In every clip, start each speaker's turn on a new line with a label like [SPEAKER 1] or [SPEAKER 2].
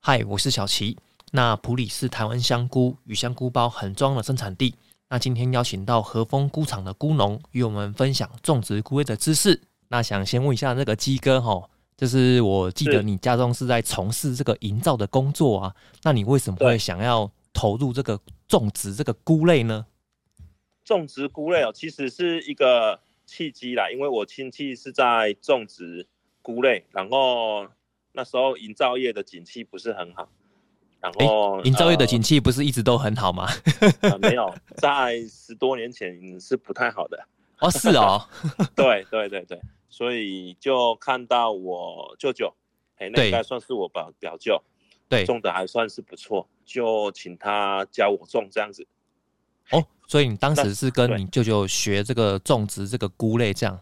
[SPEAKER 1] 嗨，我是小齐。那普里是台湾香菇与香菇包很重要的生产地。那今天邀请到和丰菇厂的菇农与我们分享种植菇类的知识。那想先问一下那个鸡哥哈，就是我记得
[SPEAKER 2] 是
[SPEAKER 1] 你家中是在从事这个营造的工作啊，那你为什么会
[SPEAKER 2] 对
[SPEAKER 1] 想要投入这个种植这个菇类呢？
[SPEAKER 2] 种植菇类哦，其实是一个契机啦，因为我亲戚是在种植菇类，然后那时候营造业的景气不是很好，然后
[SPEAKER 1] 营造业的
[SPEAKER 2] 呃
[SPEAKER 1] 景气不是一直都很好吗？
[SPEAKER 2] 呃没有， 在十多年前是不太 好的，
[SPEAKER 1] 哦，是哦，
[SPEAKER 2] 对对对对，所以就看到我舅舅，哎，那
[SPEAKER 1] 对
[SPEAKER 2] 应该算是我表表舅，
[SPEAKER 1] 对
[SPEAKER 2] 种的还算是不错，就请他教我种这样子，
[SPEAKER 1] 哦，所以你当时
[SPEAKER 2] 那
[SPEAKER 1] 是跟
[SPEAKER 2] 对
[SPEAKER 1] 你舅舅学这个种植这个菇类这样。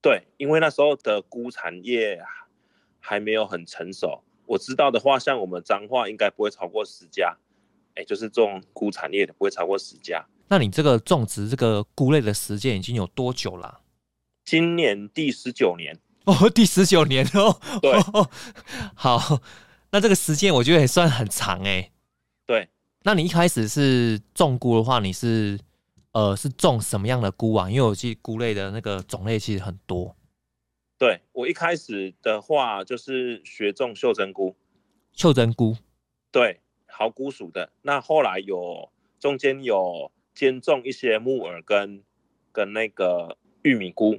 [SPEAKER 2] 对，因为那时候的菇产业还没有很成熟。我知道的话，像我们彰化应该不会超过十家，哎，就是这种菇产业的不会超过十家。
[SPEAKER 1] 那你这个种植这个菇类的时间已经有多久啦、
[SPEAKER 2] 今年第十九年，
[SPEAKER 1] 哦，第十九年哦。
[SPEAKER 2] 对
[SPEAKER 1] 好，那这个时间我觉得也算很长哎、
[SPEAKER 2] 对，
[SPEAKER 1] 那你一开始是种菇的话，你是呃是种什么样的菇啊？因为我记得菇类的那个种类其实很多。
[SPEAKER 2] 对我一开始的话就是学种袖珍菇，
[SPEAKER 1] 袖珍菇
[SPEAKER 2] 对，毫菇属的。那后来有中间有兼种一些木耳跟跟那个玉米菇，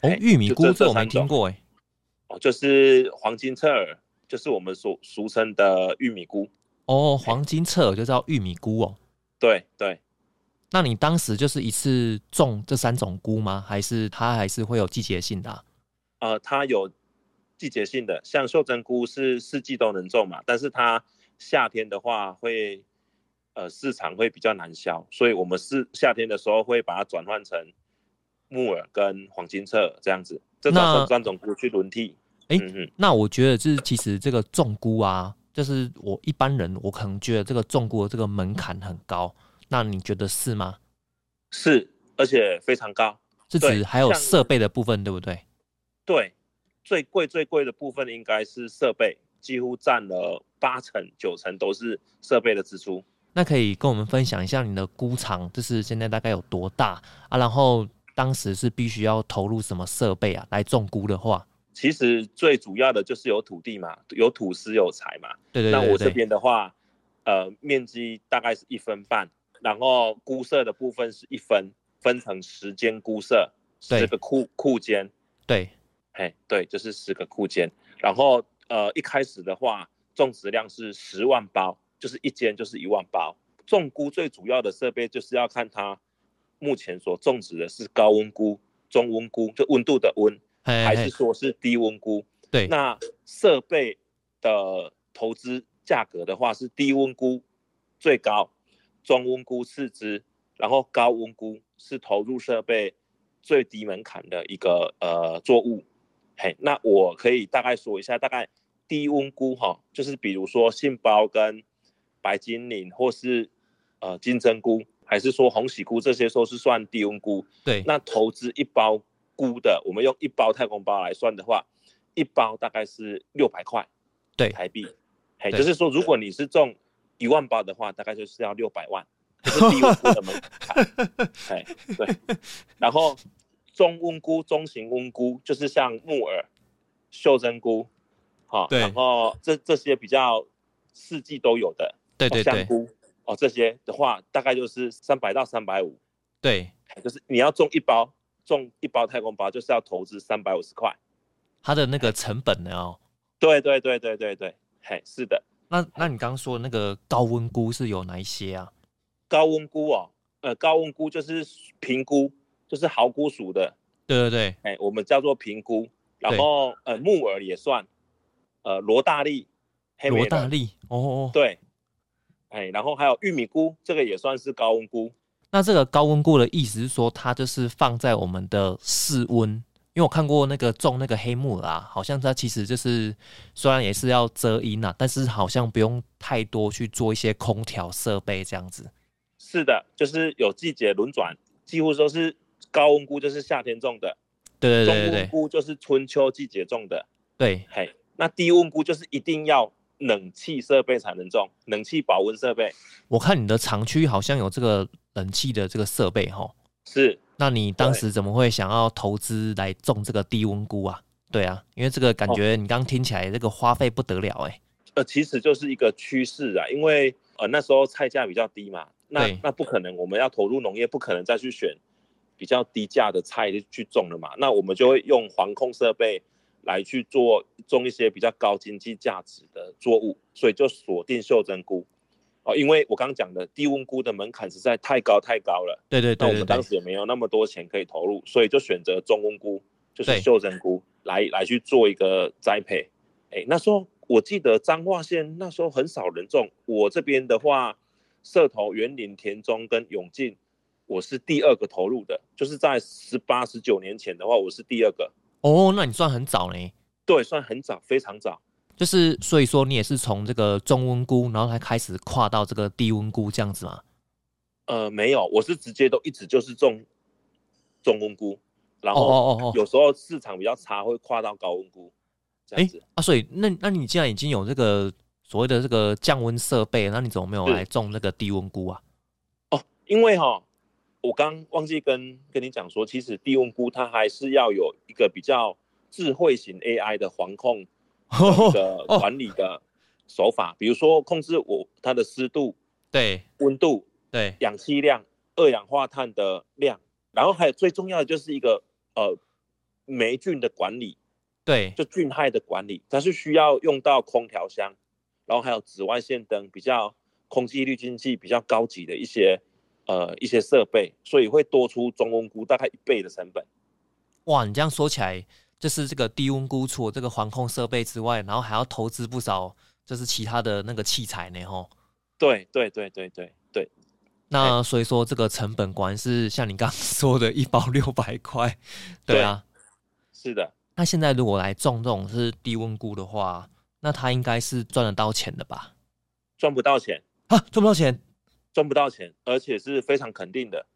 [SPEAKER 1] 哦
[SPEAKER 2] 哎，
[SPEAKER 1] 玉米
[SPEAKER 2] 就
[SPEAKER 1] 菇
[SPEAKER 2] 这
[SPEAKER 1] 这
[SPEAKER 2] 这
[SPEAKER 1] 我没
[SPEAKER 2] 三
[SPEAKER 1] 听
[SPEAKER 2] 种
[SPEAKER 1] 过哎、
[SPEAKER 2] 哦，就是黄金侧耳，就是我们所俗称的玉米菇。
[SPEAKER 1] 哦，黄金侧耳就叫玉米菇哦。
[SPEAKER 2] 对对，
[SPEAKER 1] 那你当时就是一次种这三种菇吗？还是它还是会有季节性的啊、
[SPEAKER 2] 呃，它有季节性的，像袖珍菇是四季都能种嘛，但是它夏天的话会，呃，市场会比较难销，所以我们是夏天的时候会把它转换成木耳跟黄金侧耳这样子，这
[SPEAKER 1] 那
[SPEAKER 2] 种三种菇去轮替。
[SPEAKER 1] 诶
[SPEAKER 2] 嗯嗯，
[SPEAKER 1] 那我觉得这其实这个种菇啊，就是我一般人我可能觉得这个种菇的这个门槛很高，那你觉得是吗？
[SPEAKER 2] 是，而且非常高。
[SPEAKER 1] 是
[SPEAKER 2] 对
[SPEAKER 1] 指还有
[SPEAKER 2] 像
[SPEAKER 1] 设备的部分，对不对？
[SPEAKER 2] 对，最贵最贵的部分应该是设备，几乎占了八成九成都是设备的支出。
[SPEAKER 1] 那可以跟我们分享一下你的菇场，就是现在大概有多大啊？然后当时是必须要投入什么设备啊？来种菇的话，
[SPEAKER 2] 其实最主要的就是有土地嘛，有土司有财嘛。
[SPEAKER 1] 对对
[SPEAKER 2] 那
[SPEAKER 1] 对
[SPEAKER 2] 我这
[SPEAKER 1] 对对，
[SPEAKER 2] 边的话，呃，面积大概是一分半，然后估舍的部分是一分，分成十间估舍，
[SPEAKER 1] 对
[SPEAKER 2] 十个库库间，
[SPEAKER 1] 对
[SPEAKER 2] 哎，对，就是十个库间。然后呃，一开始的话，种植量是十万包，就是一间就是一万包。种菇最主要的设备就是要看它目前所种植的是高温菇、中温菇，就温度的温，
[SPEAKER 1] 嘿
[SPEAKER 2] 还
[SPEAKER 1] 嘿
[SPEAKER 2] 是说是低温菇？
[SPEAKER 1] 对
[SPEAKER 2] 那设备的投资价格的话，是低温菇最高，中温菇次之，然后高温菇是投入设备最低门槛的一个呃作物。嘿，那我可以大概说一下，大概低温菇哈，就是比如说杏鲍跟白金鳞，或是呃金针菇，还是说红喜菇，这些都是算低温菇。
[SPEAKER 1] 对，
[SPEAKER 2] 那投资一包菇的，我们用一包太空包来算的话，一包大概是六百块，
[SPEAKER 1] 对
[SPEAKER 2] 台币。哎，
[SPEAKER 1] 对
[SPEAKER 2] 就是说，如果你是中一万包的话，大概就是要六 百万，就是低温菇的门槛。哎，对。 然后中温菇、中型温菇，就是像木耳、袖珍菇，好、
[SPEAKER 1] 对
[SPEAKER 2] 然后这这些比较四季都有的，
[SPEAKER 1] 对对
[SPEAKER 2] 哦香
[SPEAKER 1] 对
[SPEAKER 2] 菇哦，这些的话大概就是三百到三百五。
[SPEAKER 1] 对，
[SPEAKER 2] 就是你要种一包，种一包太空包就是要投资三百五十块。
[SPEAKER 1] 它的那个成本呢哦。
[SPEAKER 2] 对对对对对对，嘿，是的，
[SPEAKER 1] 那那你刚刚说的那个高温菇是有哪一些啊？
[SPEAKER 2] 高温菇哦，呃，高温菇就是平菇，就是毫菇属的，
[SPEAKER 1] 对对对，
[SPEAKER 2] 哎，我们叫做平菇。然
[SPEAKER 1] 对
[SPEAKER 2] 后呃，木耳也算，呃，罗大力，黑
[SPEAKER 1] 罗
[SPEAKER 2] 美
[SPEAKER 1] 大
[SPEAKER 2] 人，
[SPEAKER 1] 力哦哦。哦
[SPEAKER 2] 对，哎，然后还有玉米菇，这个也算是高温菇。
[SPEAKER 1] 那这个高温菇的意思是说，它就是放在我们的室温，因为我看过那个种那个黑木耳啊，好像它其实就是虽然也是要遮阴啊，但是好像不用太多去做一些空调设备这样子。
[SPEAKER 2] 是的，就是有季节轮转，几乎都是高温菇，就是夏天种的，
[SPEAKER 1] 对
[SPEAKER 2] 中
[SPEAKER 1] 对对
[SPEAKER 2] 温
[SPEAKER 1] 对
[SPEAKER 2] 菇就是春秋季节种的，
[SPEAKER 1] 对
[SPEAKER 2] 嘿，那低温菇就是一定要冷气设备才能种，冷气保温设备
[SPEAKER 1] 我看你的厂区好像有这个冷气的这个设备哈，
[SPEAKER 2] 是
[SPEAKER 1] 那你当
[SPEAKER 2] 对
[SPEAKER 1] 时怎么会想要投资来种这个低温菇啊？对啊，因为这个感
[SPEAKER 2] 哦
[SPEAKER 1] 觉你刚听起来这个花费不得了哎、
[SPEAKER 2] 呃，其实就是一个趋势啊，因为呃那时候菜价比较低嘛，那
[SPEAKER 1] 对
[SPEAKER 2] 那不可能，我们要投入农业，不可能再去选比较低价的菜去种了嘛，那我们就会用防控设备来去做种一些比较高经济价值的作物，所以就锁定袖珍菇。哦，因为我刚刚讲的低温菇的门槛实在太高太高了，
[SPEAKER 1] 对对
[SPEAKER 2] 那我
[SPEAKER 1] 对对
[SPEAKER 2] 们当
[SPEAKER 1] 对，
[SPEAKER 2] 时也没有那么多钱可以投入，所以就选择中温菇，就
[SPEAKER 1] 对
[SPEAKER 2] 是袖珍菇来来去做一个栽培。哎，那时候我记得彰化县那时候很少人种，我这边的话，社头、园林、田中跟永进，我是第二个投入的，就是在十八、十九年前的话，我是第二个，
[SPEAKER 1] 哦，那你算很早呢。
[SPEAKER 2] 对，算很早，非常早。
[SPEAKER 1] 就是所以说你也是从这个中温菇，然后才开始跨到这个低温菇这样子嘛？
[SPEAKER 2] 呃，没有，我是直接都一直就是种中温菇，然
[SPEAKER 1] 哦
[SPEAKER 2] 后
[SPEAKER 1] 哦哦哦，
[SPEAKER 2] 有时候市场比较差，会跨到高温菇，这样
[SPEAKER 1] 哎
[SPEAKER 2] 子。
[SPEAKER 1] 啊，所以那那你既然已经有这个所谓的这个降温设备，那你怎么没有
[SPEAKER 2] 是
[SPEAKER 1] 来种那个低温菇啊？
[SPEAKER 2] 哦，因为哈、我刚忘记跟跟你讲说，其实低温菇它还是要有一个比较智慧型 AI 的防控的一个
[SPEAKER 1] 哦
[SPEAKER 2] 管理的手法，比如说控制我它的湿度、
[SPEAKER 1] 对
[SPEAKER 2] 温度、
[SPEAKER 1] 对
[SPEAKER 2] 氧气量、二氧化碳的量，然后还有最重要的就是一个呃霉菌的管理，
[SPEAKER 1] 对
[SPEAKER 2] 就菌害的管理，它是需要用到空调箱，然后还有紫外线灯，比较空气滤净器比较高级的一些呃一些设备，所以会多出中温菇大概一倍的成本。
[SPEAKER 1] 哇，你这样说起来，就是这个低温菇除了这个防控设备之外，然后还要投资不少，就是其他的那个器材呢，吼。
[SPEAKER 2] 对对对对对对，
[SPEAKER 1] 那所以说这个成本果然是像你刚刚说的，一包六百块，对啊。
[SPEAKER 2] 是的，
[SPEAKER 1] 那现在如果来种这种是低温菇的话，那他应该是赚得到钱的吧？
[SPEAKER 2] 赚不到钱，
[SPEAKER 1] 啊，赚不到钱
[SPEAKER 2] 赚不到钱，而且是非常肯定的，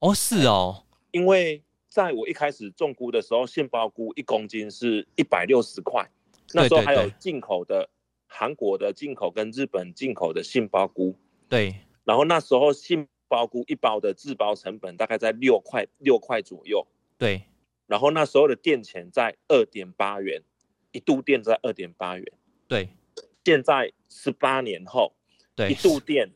[SPEAKER 1] 哦，是哦，
[SPEAKER 2] 因为在我一开始种菇的时候，杏鲍菇一公斤是一百六十块，那时候
[SPEAKER 1] 对对
[SPEAKER 2] 还有
[SPEAKER 1] 对
[SPEAKER 2] 进口的韩国的进口跟日本进口的杏鲍菇，
[SPEAKER 1] 对
[SPEAKER 2] 然后那时候杏鲍菇一包的制包成本大概在六块六块左右，
[SPEAKER 1] 对，
[SPEAKER 2] 然后那时候的电钱在二点八元，一度电在二点八元。
[SPEAKER 1] 对
[SPEAKER 2] 现在十八年后，一
[SPEAKER 1] 对
[SPEAKER 2] 度电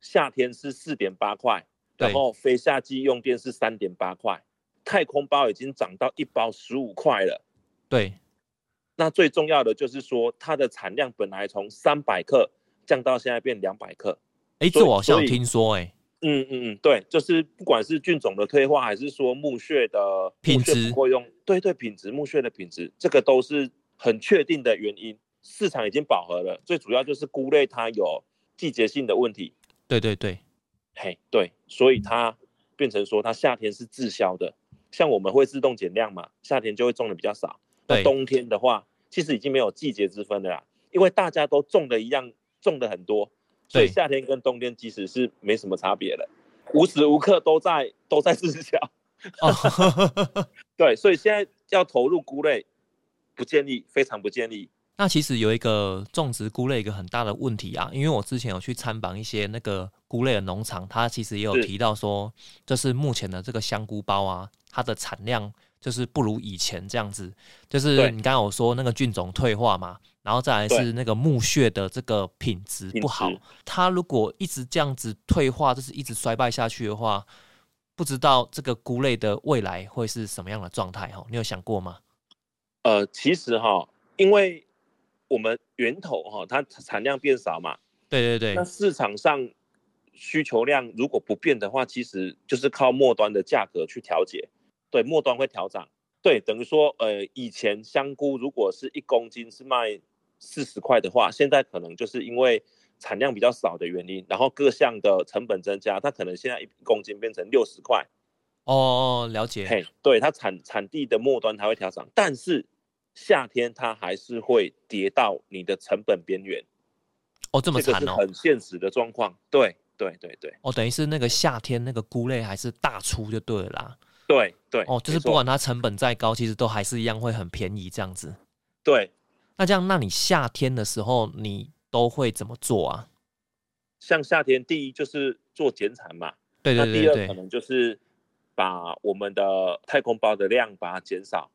[SPEAKER 2] 夏天是四点八块，
[SPEAKER 1] 对
[SPEAKER 2] 然后非夏季用电是三点八块，太空包已经涨到一包十五块了。
[SPEAKER 1] 对
[SPEAKER 2] 那最重要的就是说，它的产量本来从三百克降到现在变两百克，
[SPEAKER 1] 哎，
[SPEAKER 2] 所
[SPEAKER 1] 这
[SPEAKER 2] 以
[SPEAKER 1] 我好像
[SPEAKER 2] 所
[SPEAKER 1] 有
[SPEAKER 2] 以
[SPEAKER 1] 听说，哎，
[SPEAKER 2] 嗯嗯嗯，对，就是不管是菌种的退化，还是说木屑的
[SPEAKER 1] 品
[SPEAKER 2] 木屑
[SPEAKER 1] 质
[SPEAKER 2] 不够用，对对，品质木屑的品质，这个都是很确定的原因。市场已经饱和了，最主要就是菇类它有季节性的问题，
[SPEAKER 1] 对对对
[SPEAKER 2] 嘿，对，所以它变成说它夏天是滞销的，像我们会自动减量嘛，夏天就会种的比较少。那
[SPEAKER 1] 对
[SPEAKER 2] 冬天的话，其实已经没有季节之分了啦，因为大家都种的一样，种的很多，所以
[SPEAKER 1] 对
[SPEAKER 2] 夏天跟冬天其实是没什么差别了，无时无刻都在都在滞销。
[SPEAKER 1] 哦。
[SPEAKER 2] 对，所以现在要投入菇类，不建议，非常不建议。
[SPEAKER 1] 那其实有一个种植菇类一个很大的问题啊，因为我之前有去参访一些那个菇类的农场，它其实也有
[SPEAKER 2] 是
[SPEAKER 1] 提到说，就是目前的这个香菇包啊，它的产量就是不如以前这样子，就是
[SPEAKER 2] 对
[SPEAKER 1] 你刚刚有说那个菌种退化嘛，然后再来
[SPEAKER 2] 对
[SPEAKER 1] 是那个木屑的这个品质
[SPEAKER 2] 品
[SPEAKER 1] 不好
[SPEAKER 2] 质，
[SPEAKER 1] 它如果一直这样子退化，就是一直衰败下去的话，不知道这个菇类的未来会是什么样的状态哦，你有想过吗？
[SPEAKER 2] 呃，其实哈，因为我们源头哈，它产量变少嘛，
[SPEAKER 1] 对对
[SPEAKER 2] 那
[SPEAKER 1] 对，
[SPEAKER 2] 市场上需求量如果不变的话，其实就是靠末端的价格去调节。对，末端会调涨。对，等于说，呃，以前香菇如果是一公斤是卖四十块的话，现在可能就是因为产量比较少的原因，然后各项的成本增加，它可能现在一公斤变成六十块。
[SPEAKER 1] 哦，了解。
[SPEAKER 2] 嘿，对，它产产地的末端它会调涨，但是夏天它还是会跌到你的成本边缘，
[SPEAKER 1] 哦，这么
[SPEAKER 2] 这个
[SPEAKER 1] 惨
[SPEAKER 2] 是
[SPEAKER 1] 哦！
[SPEAKER 2] 很现实的状况。对，对，对，对。
[SPEAKER 1] 哦，等于是那个夏天那个菇类还是大出就对了啦。
[SPEAKER 2] 对对，
[SPEAKER 1] 哦，就
[SPEAKER 2] 没
[SPEAKER 1] 是不
[SPEAKER 2] 错
[SPEAKER 1] 管它成本再高，其实都还是一样会很便宜这样子。
[SPEAKER 2] 对
[SPEAKER 1] 那这样，那你夏天的时候你都会怎么做啊？
[SPEAKER 2] 像夏天，第一就是做减产嘛，
[SPEAKER 1] 对对
[SPEAKER 2] 那
[SPEAKER 1] 对
[SPEAKER 2] 第二可
[SPEAKER 1] 对
[SPEAKER 2] 能就是把我们的太空包的量把它减少，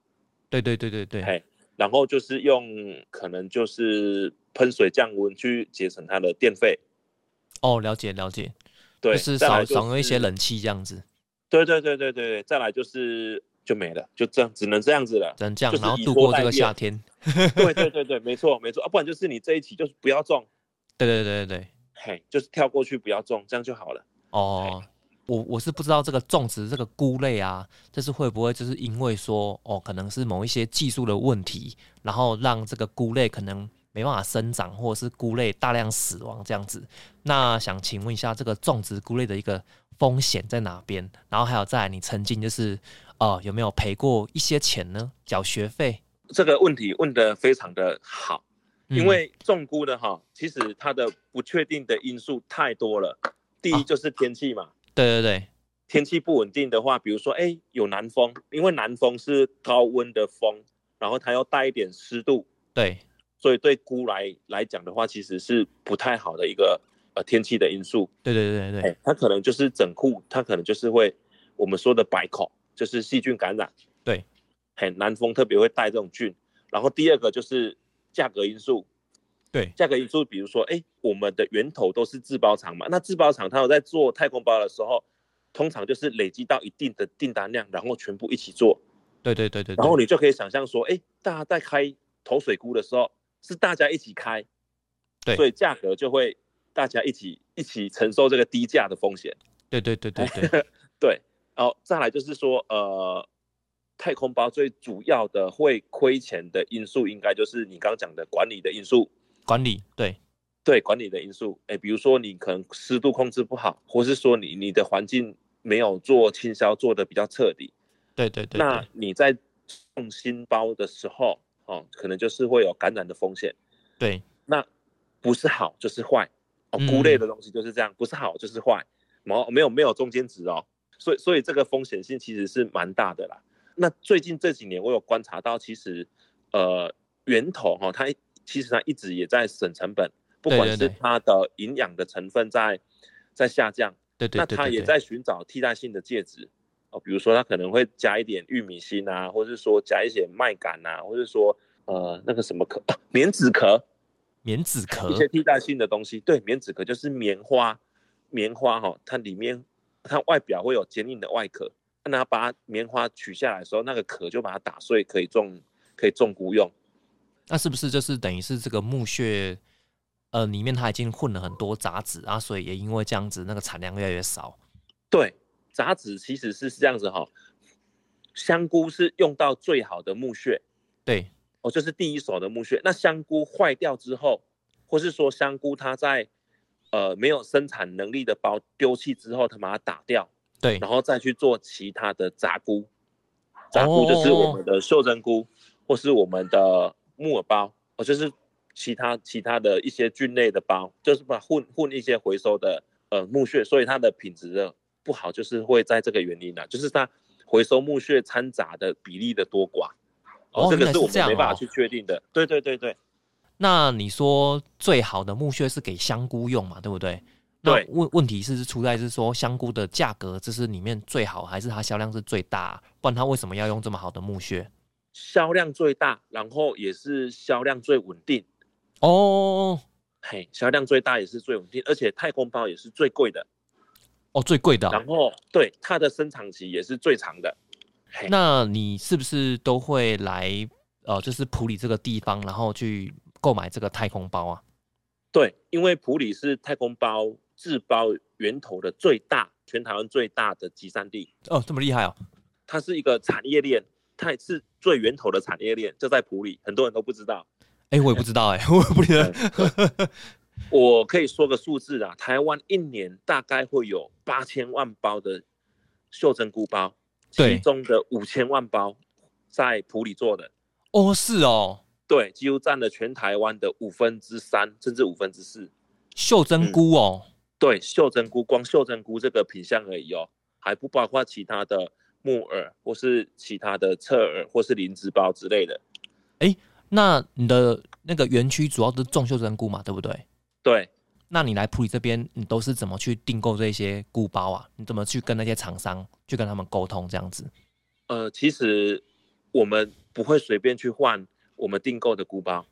[SPEAKER 1] 对对对对对，
[SPEAKER 2] 嘿，然后就是用可能就是喷水降温去节省它的电费，
[SPEAKER 1] 哦，了解了解，
[SPEAKER 2] 对，
[SPEAKER 1] 就是
[SPEAKER 2] 再来
[SPEAKER 1] 少少用一些
[SPEAKER 2] 是，
[SPEAKER 1] 冷气这样子，
[SPEAKER 2] 对对对对对对，再来就是就没了，就这样，只能这样子了。
[SPEAKER 1] 只能这样，
[SPEAKER 2] 就是
[SPEAKER 1] 然后
[SPEAKER 2] 以
[SPEAKER 1] 度
[SPEAKER 2] 拖
[SPEAKER 1] 过
[SPEAKER 2] 代
[SPEAKER 1] 这个
[SPEAKER 2] 变
[SPEAKER 1] 夏天。
[SPEAKER 2] 对对对对，没错没错，啊，不然就是你这一期就是不要种，
[SPEAKER 1] 对对对对对，
[SPEAKER 2] 嘿，就是跳过去不要种，这样就好了。
[SPEAKER 1] 哦，我我是不知道这个种植这个菇类啊，就是会不会就是因为说哦，可能是某一些技术的问题，然后让这个菇类可能没办法生长，或者是菇类大量死亡这样子。那想请问一下，这个种植菇类的一个风险在哪边？然后还有再来，你曾经就是呃有没有赔过一些钱呢？缴学费？
[SPEAKER 2] 这个问题问得非常的好，
[SPEAKER 1] 嗯
[SPEAKER 2] 因为重估的哈，其实它的不确定的因素太多了。第
[SPEAKER 1] 啊
[SPEAKER 2] 一就是天气嘛，
[SPEAKER 1] 对对对，
[SPEAKER 2] 天气不稳定的话，比如说哎、有南风，因为南风是高温的风，然后它又带一点湿度，
[SPEAKER 1] 对
[SPEAKER 2] 所以对菇来来讲的话，其实是不太好的一个呃天气的因素。
[SPEAKER 1] 对对对
[SPEAKER 2] 哎、
[SPEAKER 1] 对
[SPEAKER 2] 它可能就是整库，它可能就是会我们说的白口，就是细菌感染。
[SPEAKER 1] 对，
[SPEAKER 2] 很南风特别会带这种菌。然后第二个就是价格因素，
[SPEAKER 1] 对
[SPEAKER 2] 价格因素，比如说，哎、我们的源头都是制包厂嘛，那制包厂它有在做太空包的时候，通常就是累积到一定的订单量，然后全部一起做，
[SPEAKER 1] 对对对对，
[SPEAKER 2] 然后你就可以想象说，哎、大家在开投水菇的时候是大家一起开，
[SPEAKER 1] 对
[SPEAKER 2] 所以价格就会大家一起一起承受这个低价的风险。
[SPEAKER 1] 对对对对对对
[SPEAKER 2] 对，然后再来就是说，呃，太空包最主要的会亏钱的因素，应该就是你刚讲的管理的因素，
[SPEAKER 1] 管理对
[SPEAKER 2] 对管理的因素。哎，比如说你可能湿度控制不好，或是说你你的环境没有做清消做的比较彻底，
[SPEAKER 1] 对对对
[SPEAKER 2] 那
[SPEAKER 1] 对
[SPEAKER 2] 你在送新包的时候，哦，可能就是会有感染的风险。
[SPEAKER 1] 对
[SPEAKER 2] 那不是好就是坏哦，
[SPEAKER 1] 嗯
[SPEAKER 2] 菇类的东西就是这样，不是好就是坏，没没有没有中间值哦，所以所以这个风险性其实是蛮大的啦。那最近这几年我有观察到，其实呃源头哈、哦，它其实它一直也在省成本，不
[SPEAKER 1] 对
[SPEAKER 2] 管
[SPEAKER 1] 对
[SPEAKER 2] 是
[SPEAKER 1] 对
[SPEAKER 2] 它的营养的成分在在下降，
[SPEAKER 1] 对对，
[SPEAKER 2] 那
[SPEAKER 1] 对
[SPEAKER 2] 它
[SPEAKER 1] 对
[SPEAKER 2] 也
[SPEAKER 1] 对
[SPEAKER 2] 在寻找替代性的介质哦，比如说它可能会加一点玉米芯啊，或是说加一些麦秆啊，或是说呃那个什么壳、啊、棉籽壳。
[SPEAKER 1] 棉籽壳
[SPEAKER 2] 一些替代性的东西。对，棉籽壳就是棉花，棉花哈、它里面它外表会有坚硬的外壳，那把棉花取下来的时候，那个壳就把它打碎，可以种可以种菇用。
[SPEAKER 1] 那是不是就是等于是这个木屑，呃，里面它已经混了很多杂质啊，所以也因为这样子，那个产量越来越少。
[SPEAKER 2] 对，杂质其实是这样子哈、香菇是用到最好的木屑
[SPEAKER 1] 对
[SPEAKER 2] 哦，就是第一手的木屑。那香菇坏掉之后，或是说香菇它在呃没有生产能力的包丢弃之后，它把它打掉，
[SPEAKER 1] 对
[SPEAKER 2] 然后再去做其他的杂菇。杂菇就是我
[SPEAKER 1] 哦
[SPEAKER 2] 们的袖珍菇，或是我们的木耳包，哦，就是其他其他的一些菌类的包，就是把混混一些回收的呃木屑，所以它的品质的不好，就是会在这个原因啦、就是它回收木屑掺杂的比例的多寡。
[SPEAKER 1] 哦
[SPEAKER 2] 这
[SPEAKER 1] 原
[SPEAKER 2] 个
[SPEAKER 1] 来
[SPEAKER 2] 我
[SPEAKER 1] 是这
[SPEAKER 2] 们没
[SPEAKER 1] 样
[SPEAKER 2] 办法
[SPEAKER 1] 哦
[SPEAKER 2] 去确定的。对对对对，
[SPEAKER 1] 那你说最好的木屑是给香菇用嘛，对不对？那
[SPEAKER 2] 对
[SPEAKER 1] 问问题是出在是说香菇的价格，这是里面最好还是它销量是最大啊、不然它为什么要用这么好的木屑？
[SPEAKER 2] 销量最大，然后也是销量最稳定。
[SPEAKER 1] 哦
[SPEAKER 2] 嘿，销量最大也是最稳定，而且太空包也是最贵的。
[SPEAKER 1] 哦，最贵的啊、
[SPEAKER 2] 然后对它的生长期也是最长的。嘿
[SPEAKER 1] 那你是不是都会来呃，就是普里这个地方，然后去购买这个太空包啊？
[SPEAKER 2] 对，因为普里是太空包制包源头的最大，全台湾最大的集散地，
[SPEAKER 1] 哦，这么厉害哦！
[SPEAKER 2] 它是一个产业链，它也是最源头的产业链，就在普里，很多人都不知道。
[SPEAKER 1] 哎、我也不知道哎、 我也不知道。
[SPEAKER 2] 我可以说个数字啊，台湾一年大概会有八千万包的袖珍菇包，
[SPEAKER 1] 对
[SPEAKER 2] 其中的五千万包在普里做的，
[SPEAKER 1] 哦，是哦，
[SPEAKER 2] 对，几乎占了全台湾的五分之三，甚至五分之四。
[SPEAKER 1] 袖珍菇哦，
[SPEAKER 2] 对，袖珍菇，光袖珍菇这个品相而已哦，还不包括其他的木耳或是其他的侧耳或是灵芝包之类的。
[SPEAKER 1] 那你的那个园区主要都是种秀珍菇嘛，对不对？
[SPEAKER 2] 对，
[SPEAKER 1] 那你来普里这边，你都是怎么去订购这些菇包啊？你怎么去跟那些厂商去跟他们沟通这样子？
[SPEAKER 2] 呃，其实我们不会随便去换我们订购的菇包，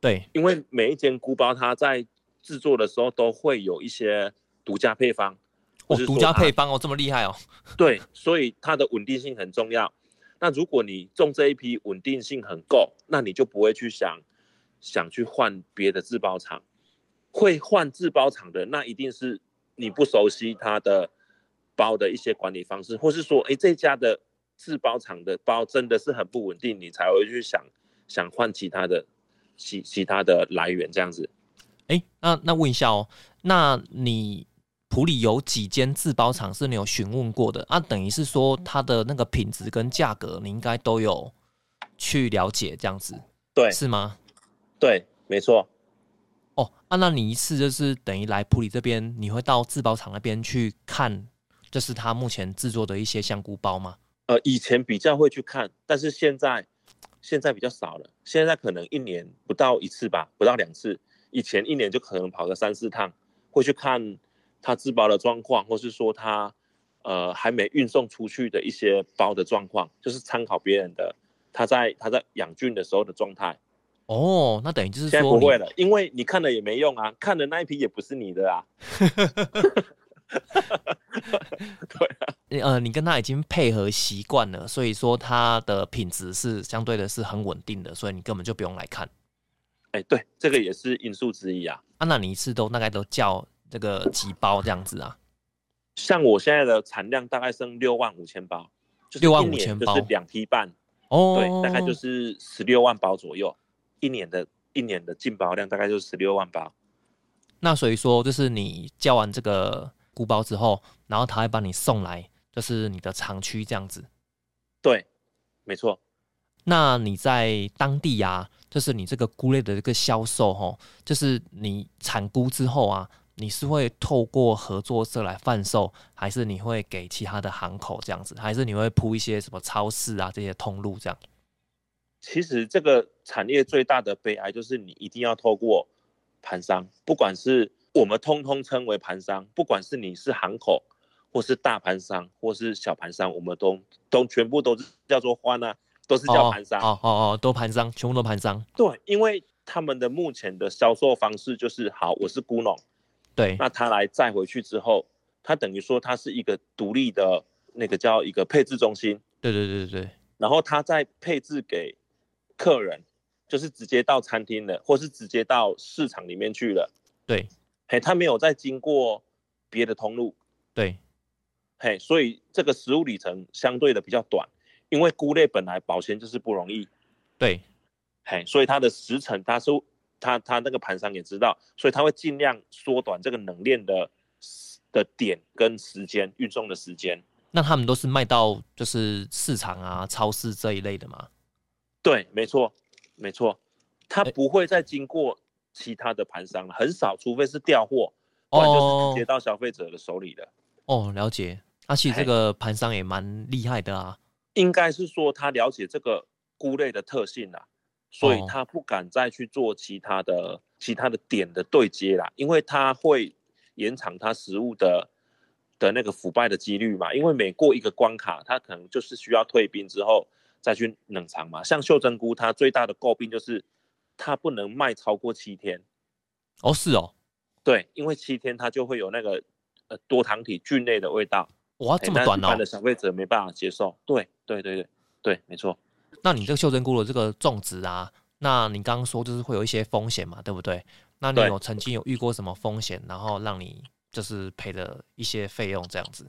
[SPEAKER 1] 对，
[SPEAKER 2] 因为每一间菇包它在制作的时候都会有一些独家配方，
[SPEAKER 1] 哦
[SPEAKER 2] 或是，说
[SPEAKER 1] 独家
[SPEAKER 2] 它
[SPEAKER 1] 配方哦，这么厉害哦，
[SPEAKER 2] 对，所以它的稳定性很重要。那如果你种这一批稳定性很够，那你就不会去想想去换别的制包厂。会换制包厂的，那一定是你不熟悉它的包的一些管理方式，或是说，哎，这家的制包厂的包真的是很不稳定，你才会去想想换其他的其其他的来源这样子。
[SPEAKER 1] 诶，那那问一下哦，那你普里有几间自包厂是你有询问过的啊？等于是说它的那个品质跟价格，你应该都有去了解这样子，
[SPEAKER 2] 对
[SPEAKER 1] 是吗？
[SPEAKER 2] 对，没错。
[SPEAKER 1] 哦，啊，那你一次就是等于来普里这边，你会到自包厂那边去看，就是它目前制作的一些香菇包吗？
[SPEAKER 2] 呃，以前比较会去看，但是现在现在比较少了。现在可能一年不到一次吧，不到两次。以前一年就可能跑个三四趟，会去看他自包的状况，或是说他呃还没运送出去的一些包的状况，就是参考别人的他在他在养菌的时候的状态。
[SPEAKER 1] 哦，那等于就是
[SPEAKER 2] 现在
[SPEAKER 1] 说
[SPEAKER 2] 不会
[SPEAKER 1] 你，
[SPEAKER 2] 了，因为你看了也没用啊，看的那一批也不是你的啊。
[SPEAKER 1] 你呃，你跟它已经配合习惯了，所以说它的品质是相对的是很稳定的，所以你根本就不用来看。
[SPEAKER 2] 哎，对，这个也是因素之一啊。
[SPEAKER 1] 啊，那你一次都大概都叫这个几包这样子啊？
[SPEAKER 2] 像我现在的产量大概剩六万五千包，就是
[SPEAKER 1] 65,000
[SPEAKER 2] 一年
[SPEAKER 1] 包
[SPEAKER 2] 就是两批半，
[SPEAKER 1] 哦，
[SPEAKER 2] 对，大概就是十六万包左右，一年的一年的进包量大概就是十六万包。
[SPEAKER 1] 那所以说，就是你叫完这个菇包之后，然后他会把你送来，就是你的厂区这样子。
[SPEAKER 2] 对，没错。
[SPEAKER 1] 那你在当地啊，就是你这个菇类的这个销售吼，就是你产菇之后啊，你是会透过合作社来贩售，还是你会给其他的行口这样子，还是你会铺一些什么超市啊这些通路这样？
[SPEAKER 2] 其实这个产业最大的悲哀就是你一定要透过盘商，不管是我们通通称为盘商，不管是你是行口，或是大盘商，或是小盘商，我们都都全部都是叫做欢啊，都是叫盘商。
[SPEAKER 1] 哦哦哦哦，都盘商，全部都盘商，
[SPEAKER 2] 对，因为他们的目前的销售方式就是，好，我是孤农，
[SPEAKER 1] 对，
[SPEAKER 2] 那他来再回去之后，他等于说他是一个独立的那个叫一个配置中心，
[SPEAKER 1] 对对对对对。
[SPEAKER 2] 然后他再配置给客人，就是直接到餐厅了，或是直接到市场里面去了。
[SPEAKER 1] 对，
[SPEAKER 2] 嘿，他没有再经过别的通路，
[SPEAKER 1] 对，
[SPEAKER 2] 嘿，所以这个食物里程相对的比较短，因为菇类本来保鲜就是不容易，
[SPEAKER 1] 对，
[SPEAKER 2] 嘿，所以它的时程，它是它它那个盘商也知道，所以它会尽量缩短这个冷链的的点跟时间运送的时间。
[SPEAKER 1] 那他们都是卖到就是市场啊、超市这一类的嘛？
[SPEAKER 2] 对，没错，没错，它
[SPEAKER 1] 哎
[SPEAKER 2] 不会再经过其他的盘商了，很少，除非是调货，不然就是直接到消费者的哎手里的。
[SPEAKER 1] 哦，了解。那、其实这
[SPEAKER 2] 嘿
[SPEAKER 1] 个盘商也蛮厉害的啊。
[SPEAKER 2] 应该是说他了解这个菇类的特性啦，所以
[SPEAKER 1] 哦
[SPEAKER 2] 他不敢再去做其他的其他的点的对接啦，因为它会延长它食物的的那个腐败的几率嘛。因为每过一个关卡，它可能就是需要退冰之后再去冷藏嘛。像袖珍菇，它最大的诟病就是它不能卖超过七天，
[SPEAKER 1] 哦，是哦，
[SPEAKER 2] 对，因为七天它就会有那个呃多糖体菌类的味道，
[SPEAKER 1] 哇，
[SPEAKER 2] 哎
[SPEAKER 1] 这么
[SPEAKER 2] 那
[SPEAKER 1] 短
[SPEAKER 2] 一
[SPEAKER 1] 哦
[SPEAKER 2] 般的。消费者没办法接受。对对对对对，没错。
[SPEAKER 1] 那你这个袖珍菇的这个种植啊，那你刚刚说就是会有一些风险嘛，对不对？那你
[SPEAKER 2] 对
[SPEAKER 1] 有曾经有遇过什么风险，然后让你就是赔了一些费用这样子？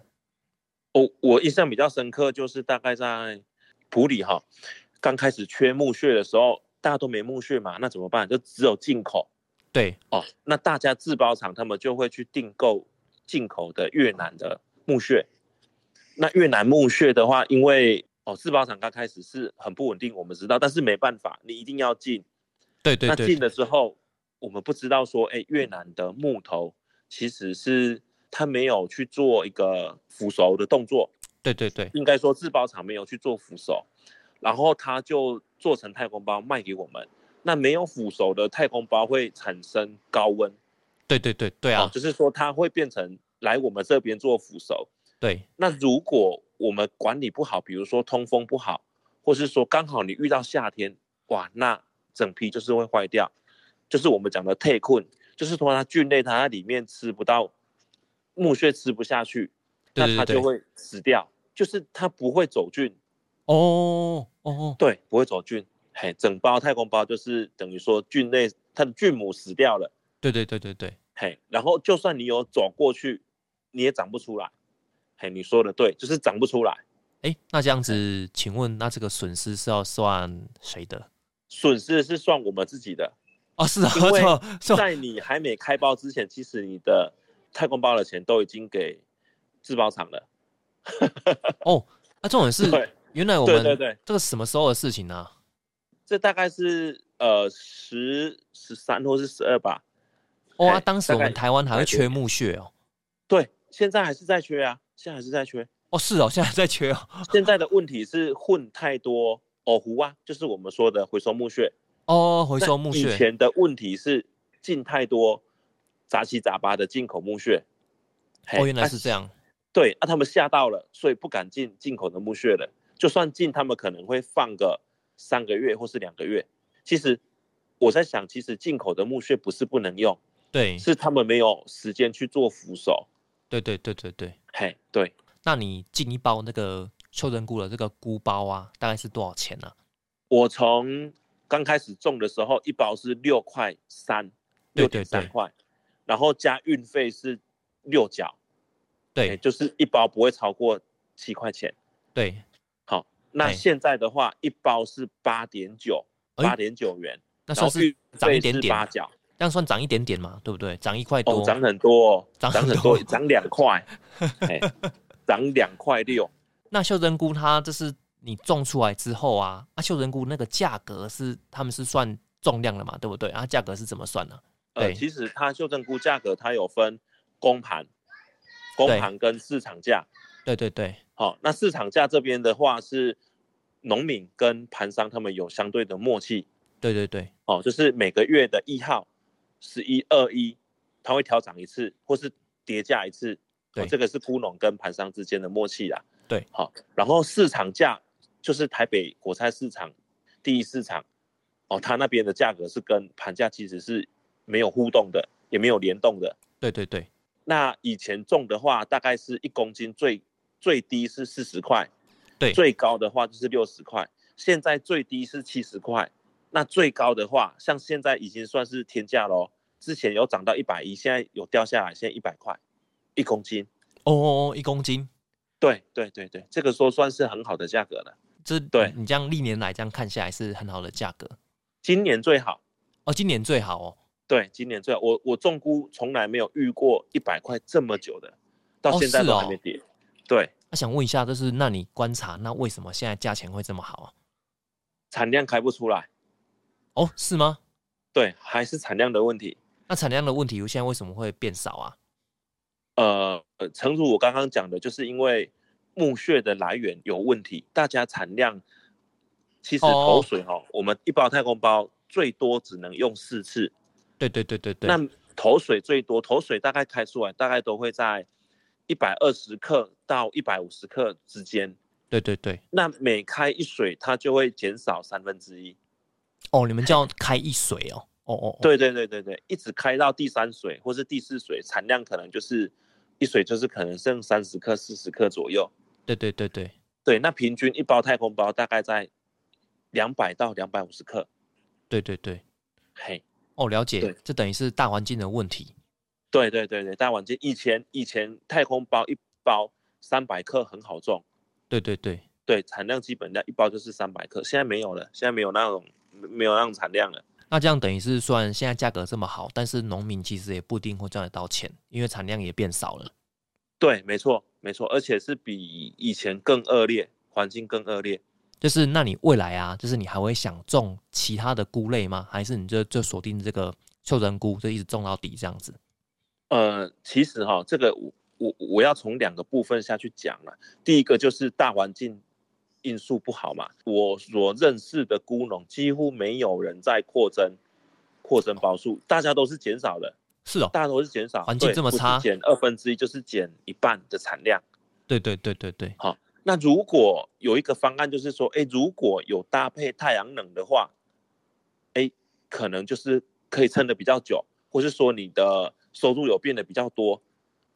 [SPEAKER 2] 我哦我印象比较深刻就是大概在普里哈，刚开始缺木屑的时候，大家都没木屑嘛，那怎么办？就只有进口
[SPEAKER 1] 对，
[SPEAKER 2] 哦。那大家制包厂他们就会去订购进口的越南的木屑。那越南木屑的话，因为哦制包厂刚开始是很不稳定，我们知道，但是没办法，你一定要进。
[SPEAKER 1] 对对
[SPEAKER 2] 那
[SPEAKER 1] 对
[SPEAKER 2] 进，了之后，我们不知道说，哎，越南的木头其实是它没有去做一个腐熟的动作。
[SPEAKER 1] 对对对，
[SPEAKER 2] 应该说制包厂没有去做腐熟，然后他就做成太空包卖给我们。那没有腐熟的太空包会产生高温，
[SPEAKER 1] 对对对对
[SPEAKER 2] 啊，
[SPEAKER 1] 啊，
[SPEAKER 2] 就是说它会变成来我们这边做腐熟。
[SPEAKER 1] 对
[SPEAKER 2] 那如果我们管理不好，比如说通风不好，或是说刚好你遇到夏天，哇，那整批就是会坏掉，就是我们讲的退困，就是说它菌类它在里面吃不到木屑吃不下去，
[SPEAKER 1] 对
[SPEAKER 2] 那
[SPEAKER 1] 对
[SPEAKER 2] 它
[SPEAKER 1] 对
[SPEAKER 2] 就
[SPEAKER 1] 对，
[SPEAKER 2] 会死掉，就是它不会走菌，
[SPEAKER 1] 哦哦，
[SPEAKER 2] 对，不会走菌。嘿，整包太空包就是等于说菌类它的菌母死掉了，
[SPEAKER 1] 对对对对对，
[SPEAKER 2] 嘿，然后就算你有走过去，你也长不出来。嘿，你说的对，就是长不出来。
[SPEAKER 1] 哎，那这样子，请问那这个损失是要算谁的？
[SPEAKER 2] 损失是算我们自己的，
[SPEAKER 1] 哦，是啊，
[SPEAKER 2] 因 为
[SPEAKER 1] 是啊，
[SPEAKER 2] 在你还没开包之前，其实你的太空包的钱都已经给制包厂了。
[SPEAKER 1] 哦，那重点是
[SPEAKER 2] 对
[SPEAKER 1] 原来我
[SPEAKER 2] 对
[SPEAKER 1] 们
[SPEAKER 2] 对对，
[SPEAKER 1] 这个什么时候的事情呢、啊？
[SPEAKER 2] 这大概是呃十十三或是十二吧。
[SPEAKER 1] 哦，啊
[SPEAKER 2] 嘿
[SPEAKER 1] 当时
[SPEAKER 2] 哎大
[SPEAKER 1] 我们
[SPEAKER 2] 概
[SPEAKER 1] 台湾还
[SPEAKER 2] 大
[SPEAKER 1] 会
[SPEAKER 2] 概
[SPEAKER 1] 缺木屑哦。
[SPEAKER 2] 对，现在还是在缺啊，现在还是在缺。
[SPEAKER 1] 哦，是哦，现在在缺哦。
[SPEAKER 2] 现在的问题是混太多藕糊啊，就是我们说的回收木屑。
[SPEAKER 1] 哦，回收木
[SPEAKER 2] 以
[SPEAKER 1] 屑。
[SPEAKER 2] 前的问题是进太多杂七杂八的进口木屑。嘿
[SPEAKER 1] 哦，原来
[SPEAKER 2] 啊
[SPEAKER 1] 是这样。
[SPEAKER 2] 对，啊，他们吓到了，所以不敢进进口的木屑了。就算进，他们可能会放个三个月或是两个月。其实我在想，其实进口的木屑不是不能用，
[SPEAKER 1] 对，
[SPEAKER 2] 是他们没有时间去做扶手。
[SPEAKER 1] 对对对对对。
[SPEAKER 2] 嘿，对，
[SPEAKER 1] 那你进一包那个秋仁菇的这个菇包啊，大概是多少钱呢、啊？
[SPEAKER 2] 我从刚开始种的时候，一包是六块三，
[SPEAKER 1] 对
[SPEAKER 2] 六
[SPEAKER 1] 对
[SPEAKER 2] 点
[SPEAKER 1] 对
[SPEAKER 2] 三块，然后加运费是六角，嘿
[SPEAKER 1] 对
[SPEAKER 2] 就是一包不会超过七块钱。
[SPEAKER 1] 对，
[SPEAKER 2] 好，那
[SPEAKER 1] 哎
[SPEAKER 2] 现在的话，一包是八点九，
[SPEAKER 1] 哎
[SPEAKER 2] 八点九元。
[SPEAKER 1] 那
[SPEAKER 2] 然
[SPEAKER 1] 算
[SPEAKER 2] 后
[SPEAKER 1] 是涨一点点
[SPEAKER 2] 八，角，
[SPEAKER 1] 这样算涨一点点嘛，对不对？涨一块
[SPEAKER 2] 哦，
[SPEAKER 1] 多。
[SPEAKER 2] 涨很多、哦，
[SPEAKER 1] 涨
[SPEAKER 2] 涨
[SPEAKER 1] 很
[SPEAKER 2] 很
[SPEAKER 1] 多
[SPEAKER 2] 多，涨两 块，哎涨两块六。
[SPEAKER 1] 那秀珍菇它这是你种出来之后啊，啊，秀珍菇那个价格是他们是算重量的嘛，对不对？啊，价格是怎么算呢、
[SPEAKER 2] 呃，
[SPEAKER 1] 对
[SPEAKER 2] 其实它修正估价格它有分公盘、公
[SPEAKER 1] 对
[SPEAKER 2] 盘跟市场价。
[SPEAKER 1] 对对对，
[SPEAKER 2] 好、那市场价这边的话是农民跟盘商他们有相对的默契，
[SPEAKER 1] 对对对，
[SPEAKER 2] 哦，就是每个月的一号、十一、二一，它会调涨一次，或是叠加一次。
[SPEAKER 1] 对
[SPEAKER 2] 哦，这个是菇农跟盘商之间的默契啦。
[SPEAKER 1] 对，
[SPEAKER 2] 好、然后市场价就是台北果菜市场第一市场，哦，它那边的价格是跟盘价其实是没有互动的，也没有联动的。
[SPEAKER 1] 对对对，
[SPEAKER 2] 那以前种的话，大概是一公斤最最低是四十块，
[SPEAKER 1] 对
[SPEAKER 2] 最高的话就是六十块。现在最低是七十块，那最高的话，像现在已经算是天价喽。之前有涨到一百一，现在有掉下来，现在一百块一公斤。
[SPEAKER 1] 哦哦哦，一公斤，
[SPEAKER 2] 对对对对，这个说算是很好的价格了。
[SPEAKER 1] 这
[SPEAKER 2] 对
[SPEAKER 1] 你这样历年来这样看下来是很好的价格
[SPEAKER 2] 今年最好，
[SPEAKER 1] 哦，今年最好哦，
[SPEAKER 2] 对，今年最好。我我种菇从来没有遇过一百块这么久的，到
[SPEAKER 1] 哦
[SPEAKER 2] 现在
[SPEAKER 1] 是
[SPEAKER 2] 都
[SPEAKER 1] 哦
[SPEAKER 2] 还没跌。对，
[SPEAKER 1] 那啊想问一下，就是那你观察，那为什么现在价钱会这么好啊？
[SPEAKER 2] 产量开不出来，
[SPEAKER 1] 哦，是吗？
[SPEAKER 2] 对，还是产量的问题。
[SPEAKER 1] 那产量的问题现在为什么会变少啊？
[SPEAKER 2] 呃，呃诚如我刚刚讲的，就是因为木屑的来源有问题，大家产量其实
[SPEAKER 1] 哦
[SPEAKER 2] 口水哦，我们一包太空包最多只能用四次，
[SPEAKER 1] 对对对对对，
[SPEAKER 2] 那头水最多，头水大概开出来大概都会在一百二十克到一百五十克之间，
[SPEAKER 1] 对对对，
[SPEAKER 2] 那每开一水它就会减少三分之一。
[SPEAKER 1] 哦，你们叫开一水哦，哦哦，哦，
[SPEAKER 2] 对对对对对，一直开到第三水或是第四水，产量可能就是一水就是可能剩三十克四十克左右。
[SPEAKER 1] 对对对对，
[SPEAKER 2] 对，那平均一包太空包大概在两百到两百五十克。
[SPEAKER 1] 对对对，
[SPEAKER 2] 嘿，
[SPEAKER 1] 哦，了
[SPEAKER 2] 对
[SPEAKER 1] 解，这等于是大环境的问题，
[SPEAKER 2] 对对对对，大碗就以前以前太空包一包三百克很好种，
[SPEAKER 1] 对对对，
[SPEAKER 2] 对，产量基本量一包就是三百克，现在没有了，现在没有那种没有那种产量了。
[SPEAKER 1] 那这样等于是虽然现在价格这么好，但是农民其实也不一定会赚得到钱，因为产量也变少了。
[SPEAKER 2] 对，没错没错，而且是比以前更恶劣，环境更恶劣。
[SPEAKER 1] 就是那你未来啊，就是你还会想种其他的菇类吗？还是你就就锁定这个秀人菇，就一直种到底这样子？
[SPEAKER 2] 呃，其实哈，这个我我我要从两个部分下去讲了。第一个就是大环境因素不好嘛，我所认识的菇农几乎没有人在扩增扩增包数，大家都是减少了，
[SPEAKER 1] 是哦，
[SPEAKER 2] 大家都是减少，
[SPEAKER 1] 环境
[SPEAKER 2] 对
[SPEAKER 1] 这么
[SPEAKER 2] 不是
[SPEAKER 1] 差
[SPEAKER 2] 减二分之一就是减一半的产量。
[SPEAKER 1] 对对对对对，
[SPEAKER 2] 那如果有一个方案，就是说，哎，如果有搭配太阳能的话，哎，可能就是可以撑得比较久，或是说你的收入有变得比较多，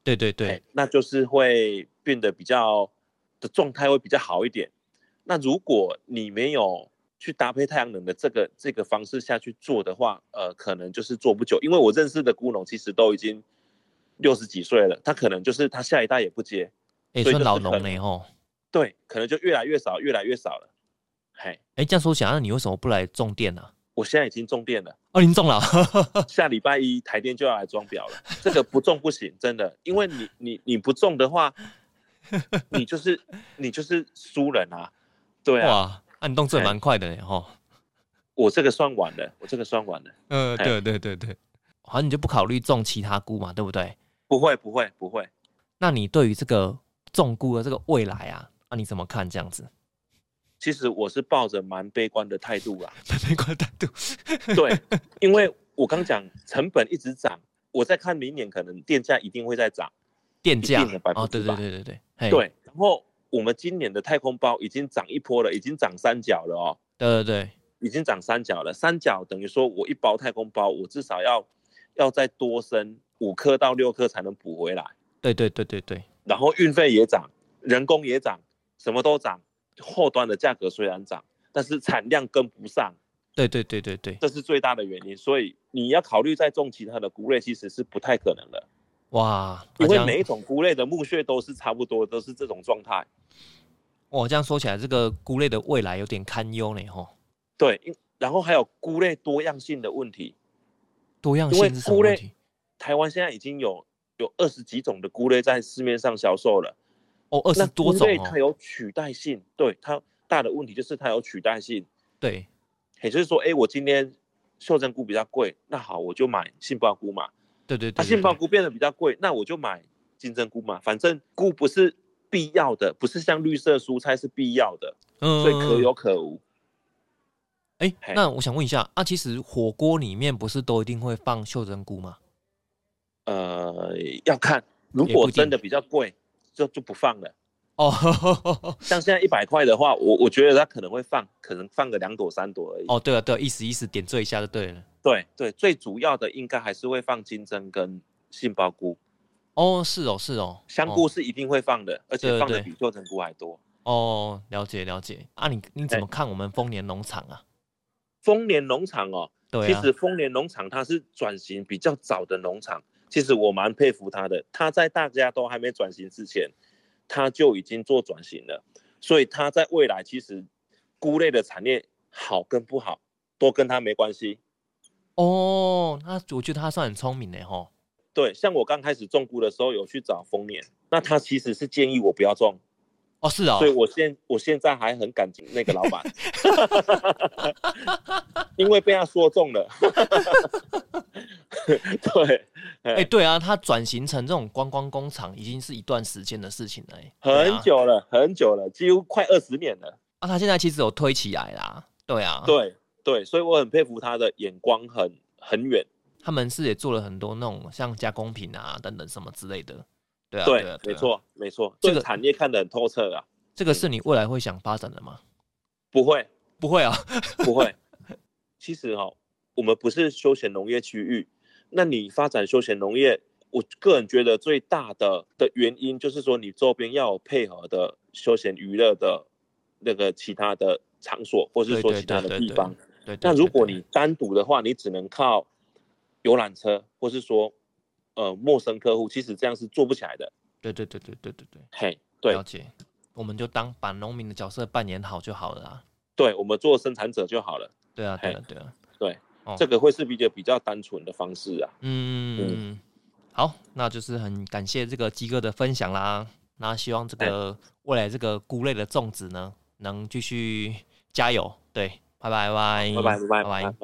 [SPEAKER 1] 对对
[SPEAKER 2] 哎
[SPEAKER 1] 对，
[SPEAKER 2] 那就是会变得比较的状态会比较好一点。那如果你没有去搭配太阳能的这个这个方式下去做的话，呃，可能就是做不久，因为我认识的菇农其实都已经六十几岁了，他可能就是他下一代也不接，
[SPEAKER 1] 哎，
[SPEAKER 2] 所
[SPEAKER 1] 算
[SPEAKER 2] 以就是
[SPEAKER 1] 老农
[SPEAKER 2] 可
[SPEAKER 1] 嘞
[SPEAKER 2] 能
[SPEAKER 1] 吼。
[SPEAKER 2] 对，可能就越来越少，越来越少了。嘿，
[SPEAKER 1] 哎，这样说起来，那你为什么不来种电呢、啊？
[SPEAKER 2] 我现在已经种电了，
[SPEAKER 1] 哦，您种了，
[SPEAKER 2] 下礼拜一台电就要来装表了。 这个不种不行，真的，因为你你你不种的话，你就是你就是输人啊。对啊，
[SPEAKER 1] 哇，啊，你动这
[SPEAKER 2] 哎
[SPEAKER 1] 蛮快的嘞吼。
[SPEAKER 2] 我这个算晚了，我这个算晚了。
[SPEAKER 1] 嗯，
[SPEAKER 2] 哎
[SPEAKER 1] 对对对对，好像你就不考虑种其他菇嘛，对不对？
[SPEAKER 2] 不会不会不会，
[SPEAKER 1] 那你对于这个种菇的这个未来啊，啊，你怎么看这样子？
[SPEAKER 2] 其实我是抱着蛮悲观的态度啦。
[SPEAKER 1] 没关单独，
[SPEAKER 2] 对，因为我刚讲成本一直涨，我在看明年可能电价一定会再涨。
[SPEAKER 1] 电价
[SPEAKER 2] 一定的百
[SPEAKER 1] 哦，
[SPEAKER 2] 分
[SPEAKER 1] 对
[SPEAKER 2] 之
[SPEAKER 1] 对
[SPEAKER 2] 百
[SPEAKER 1] 对对对，嘿，
[SPEAKER 2] 对，然后我们今年的太空包已经涨一波了，已经涨三角了哦。
[SPEAKER 1] 对对对，
[SPEAKER 2] 已经涨三角了，三角等于说我一包太空包，我至少要要再多生五颗到六颗才能补回来，
[SPEAKER 1] 对对对对对，
[SPEAKER 2] 然后运费也涨，人工也涨，什么都涨，后端的价格虽然涨，但是产量跟不上，
[SPEAKER 1] 对对对对对，
[SPEAKER 2] 这是最大的原因。所以你要考虑再种其他的菇类，其实是不太可能的，
[SPEAKER 1] 哇，那
[SPEAKER 2] 因
[SPEAKER 1] 这
[SPEAKER 2] 为
[SPEAKER 1] 样
[SPEAKER 2] 每一种菇类的木屑都是差不多，都是这种状态。
[SPEAKER 1] 哇，这样说起来，这个菇类的未来有点堪忧呢吼。
[SPEAKER 2] 对，因然后还有菇类多样性的问题，
[SPEAKER 1] 多样
[SPEAKER 2] 因为
[SPEAKER 1] 性是什么
[SPEAKER 2] 菇
[SPEAKER 1] 问
[SPEAKER 2] 类
[SPEAKER 1] 题？
[SPEAKER 2] 台湾现在已经有有二十几种的菇类在市面上销售了。
[SPEAKER 1] 哦，二
[SPEAKER 2] 那
[SPEAKER 1] 十多
[SPEAKER 2] 菇
[SPEAKER 1] 种
[SPEAKER 2] 类
[SPEAKER 1] 哦
[SPEAKER 2] 它，有取代性，对它大的问题就是它有取代性，
[SPEAKER 1] 对
[SPEAKER 2] 也就是说，哎、我今天袖珍菇比较贵，那好，我就买杏鲍菇嘛。
[SPEAKER 1] 对对对，
[SPEAKER 2] 它
[SPEAKER 1] 对
[SPEAKER 2] 啊杏鲍
[SPEAKER 1] 对
[SPEAKER 2] 菇变得比较贵，那我就买金针菇嘛。反正菇不是必要的，不是像绿色蔬菜是必要的，
[SPEAKER 1] 嗯
[SPEAKER 2] 所以可
[SPEAKER 1] 嗯嗯
[SPEAKER 2] 有可无。
[SPEAKER 1] 哎、
[SPEAKER 2] 嘿
[SPEAKER 1] 那我想问一下啊，其实火锅里面不是都一定会放袖珍菇吗？
[SPEAKER 2] 呃，要看，如
[SPEAKER 1] 也不
[SPEAKER 2] 果
[SPEAKER 1] 一定
[SPEAKER 2] 真的比较贵，就就不放了。
[SPEAKER 1] 哦
[SPEAKER 2] 像现在一百块的话，我我觉得它可能会放，可能放个两朵三朵而已。
[SPEAKER 1] 哦，对了对了，意思意思点缀一下就对了。
[SPEAKER 2] 对对，最主要的应该还是会放金针跟杏鲍菇，
[SPEAKER 1] 哦，是哦是哦，
[SPEAKER 2] 香菇是一定会放的，而
[SPEAKER 1] 对
[SPEAKER 2] 且放的
[SPEAKER 1] 对
[SPEAKER 2] 比旧珍菇还多。
[SPEAKER 1] 哦哦，了解了解啊，你你怎么看我们丰年农场啊？
[SPEAKER 2] 丰年农场哦，
[SPEAKER 1] 对
[SPEAKER 2] 其
[SPEAKER 1] 啊，
[SPEAKER 2] 实丰年农场它是转型比较早的农场，其实我蛮佩服它的，它在大家都还没转型之前，它就已经做转型了，所以它在未来其实菇类的产业好跟不好都跟它没关系。
[SPEAKER 1] 哦，那我觉得他算很聪明的吼。
[SPEAKER 2] 对，像我刚开始种菇的时候，有去找丰年，那他其实是建议我不要种，
[SPEAKER 1] 哦，是哦
[SPEAKER 2] 所，以我现我现在还很感激那个老 板，因为被他说 中了。对，
[SPEAKER 1] 哎、对啊，他转型成这种观光工厂已经是一段时间的事情了、欸，对
[SPEAKER 2] 很久了，很久了，几乎快二十年了。
[SPEAKER 1] 啊。啊，他现在其实有推起来啦，对啊，，
[SPEAKER 2] 对对，所以我很佩服他的眼光很很远。
[SPEAKER 1] 他们是也做了很多那种像加工品啊等等什么之类的，对啊，
[SPEAKER 2] 对
[SPEAKER 1] 啊，，对
[SPEAKER 2] 没
[SPEAKER 1] 啊。
[SPEAKER 2] 错没错，
[SPEAKER 1] 这
[SPEAKER 2] 这
[SPEAKER 1] 个
[SPEAKER 2] 个产业看得很透彻啊。
[SPEAKER 1] 这个是你未来会想发展的吗？
[SPEAKER 2] 不会
[SPEAKER 1] 不会啊，
[SPEAKER 2] 不会，其实哈、哦，我们不是休闲农业区域，那你发展休闲农业，我个人觉得最大的的原因就是说，你周边要有配合的休闲娱乐的那个其他的场所，或是
[SPEAKER 1] 对
[SPEAKER 2] 说
[SPEAKER 1] 对
[SPEAKER 2] 其他的
[SPEAKER 1] 对对
[SPEAKER 2] 地
[SPEAKER 1] 对
[SPEAKER 2] 方。
[SPEAKER 1] 对对
[SPEAKER 2] 那
[SPEAKER 1] 对
[SPEAKER 2] 如果
[SPEAKER 1] 对
[SPEAKER 2] 你单独的话，你只能靠游览车，或是说呃陌生客户，其实这样是做不起来的。
[SPEAKER 1] 对对对对对对对，
[SPEAKER 2] 嘿，对
[SPEAKER 1] 了解，我们就当把农民的角色扮演好就好了啦。
[SPEAKER 2] 对，我们做生产者就好了，
[SPEAKER 1] 对啊，对
[SPEAKER 2] 嘿
[SPEAKER 1] 啊，对啊，哦
[SPEAKER 2] 这个会是比较比较单纯的方式啊。
[SPEAKER 1] 嗯，好，那就是很感谢这个鸡哥的分享啦。那希望这
[SPEAKER 2] 哎
[SPEAKER 1] 个未来这个菇类的种植呢，能继续加油。对，拜拜拜
[SPEAKER 2] 拜拜拜拜
[SPEAKER 1] 嗯拜拜。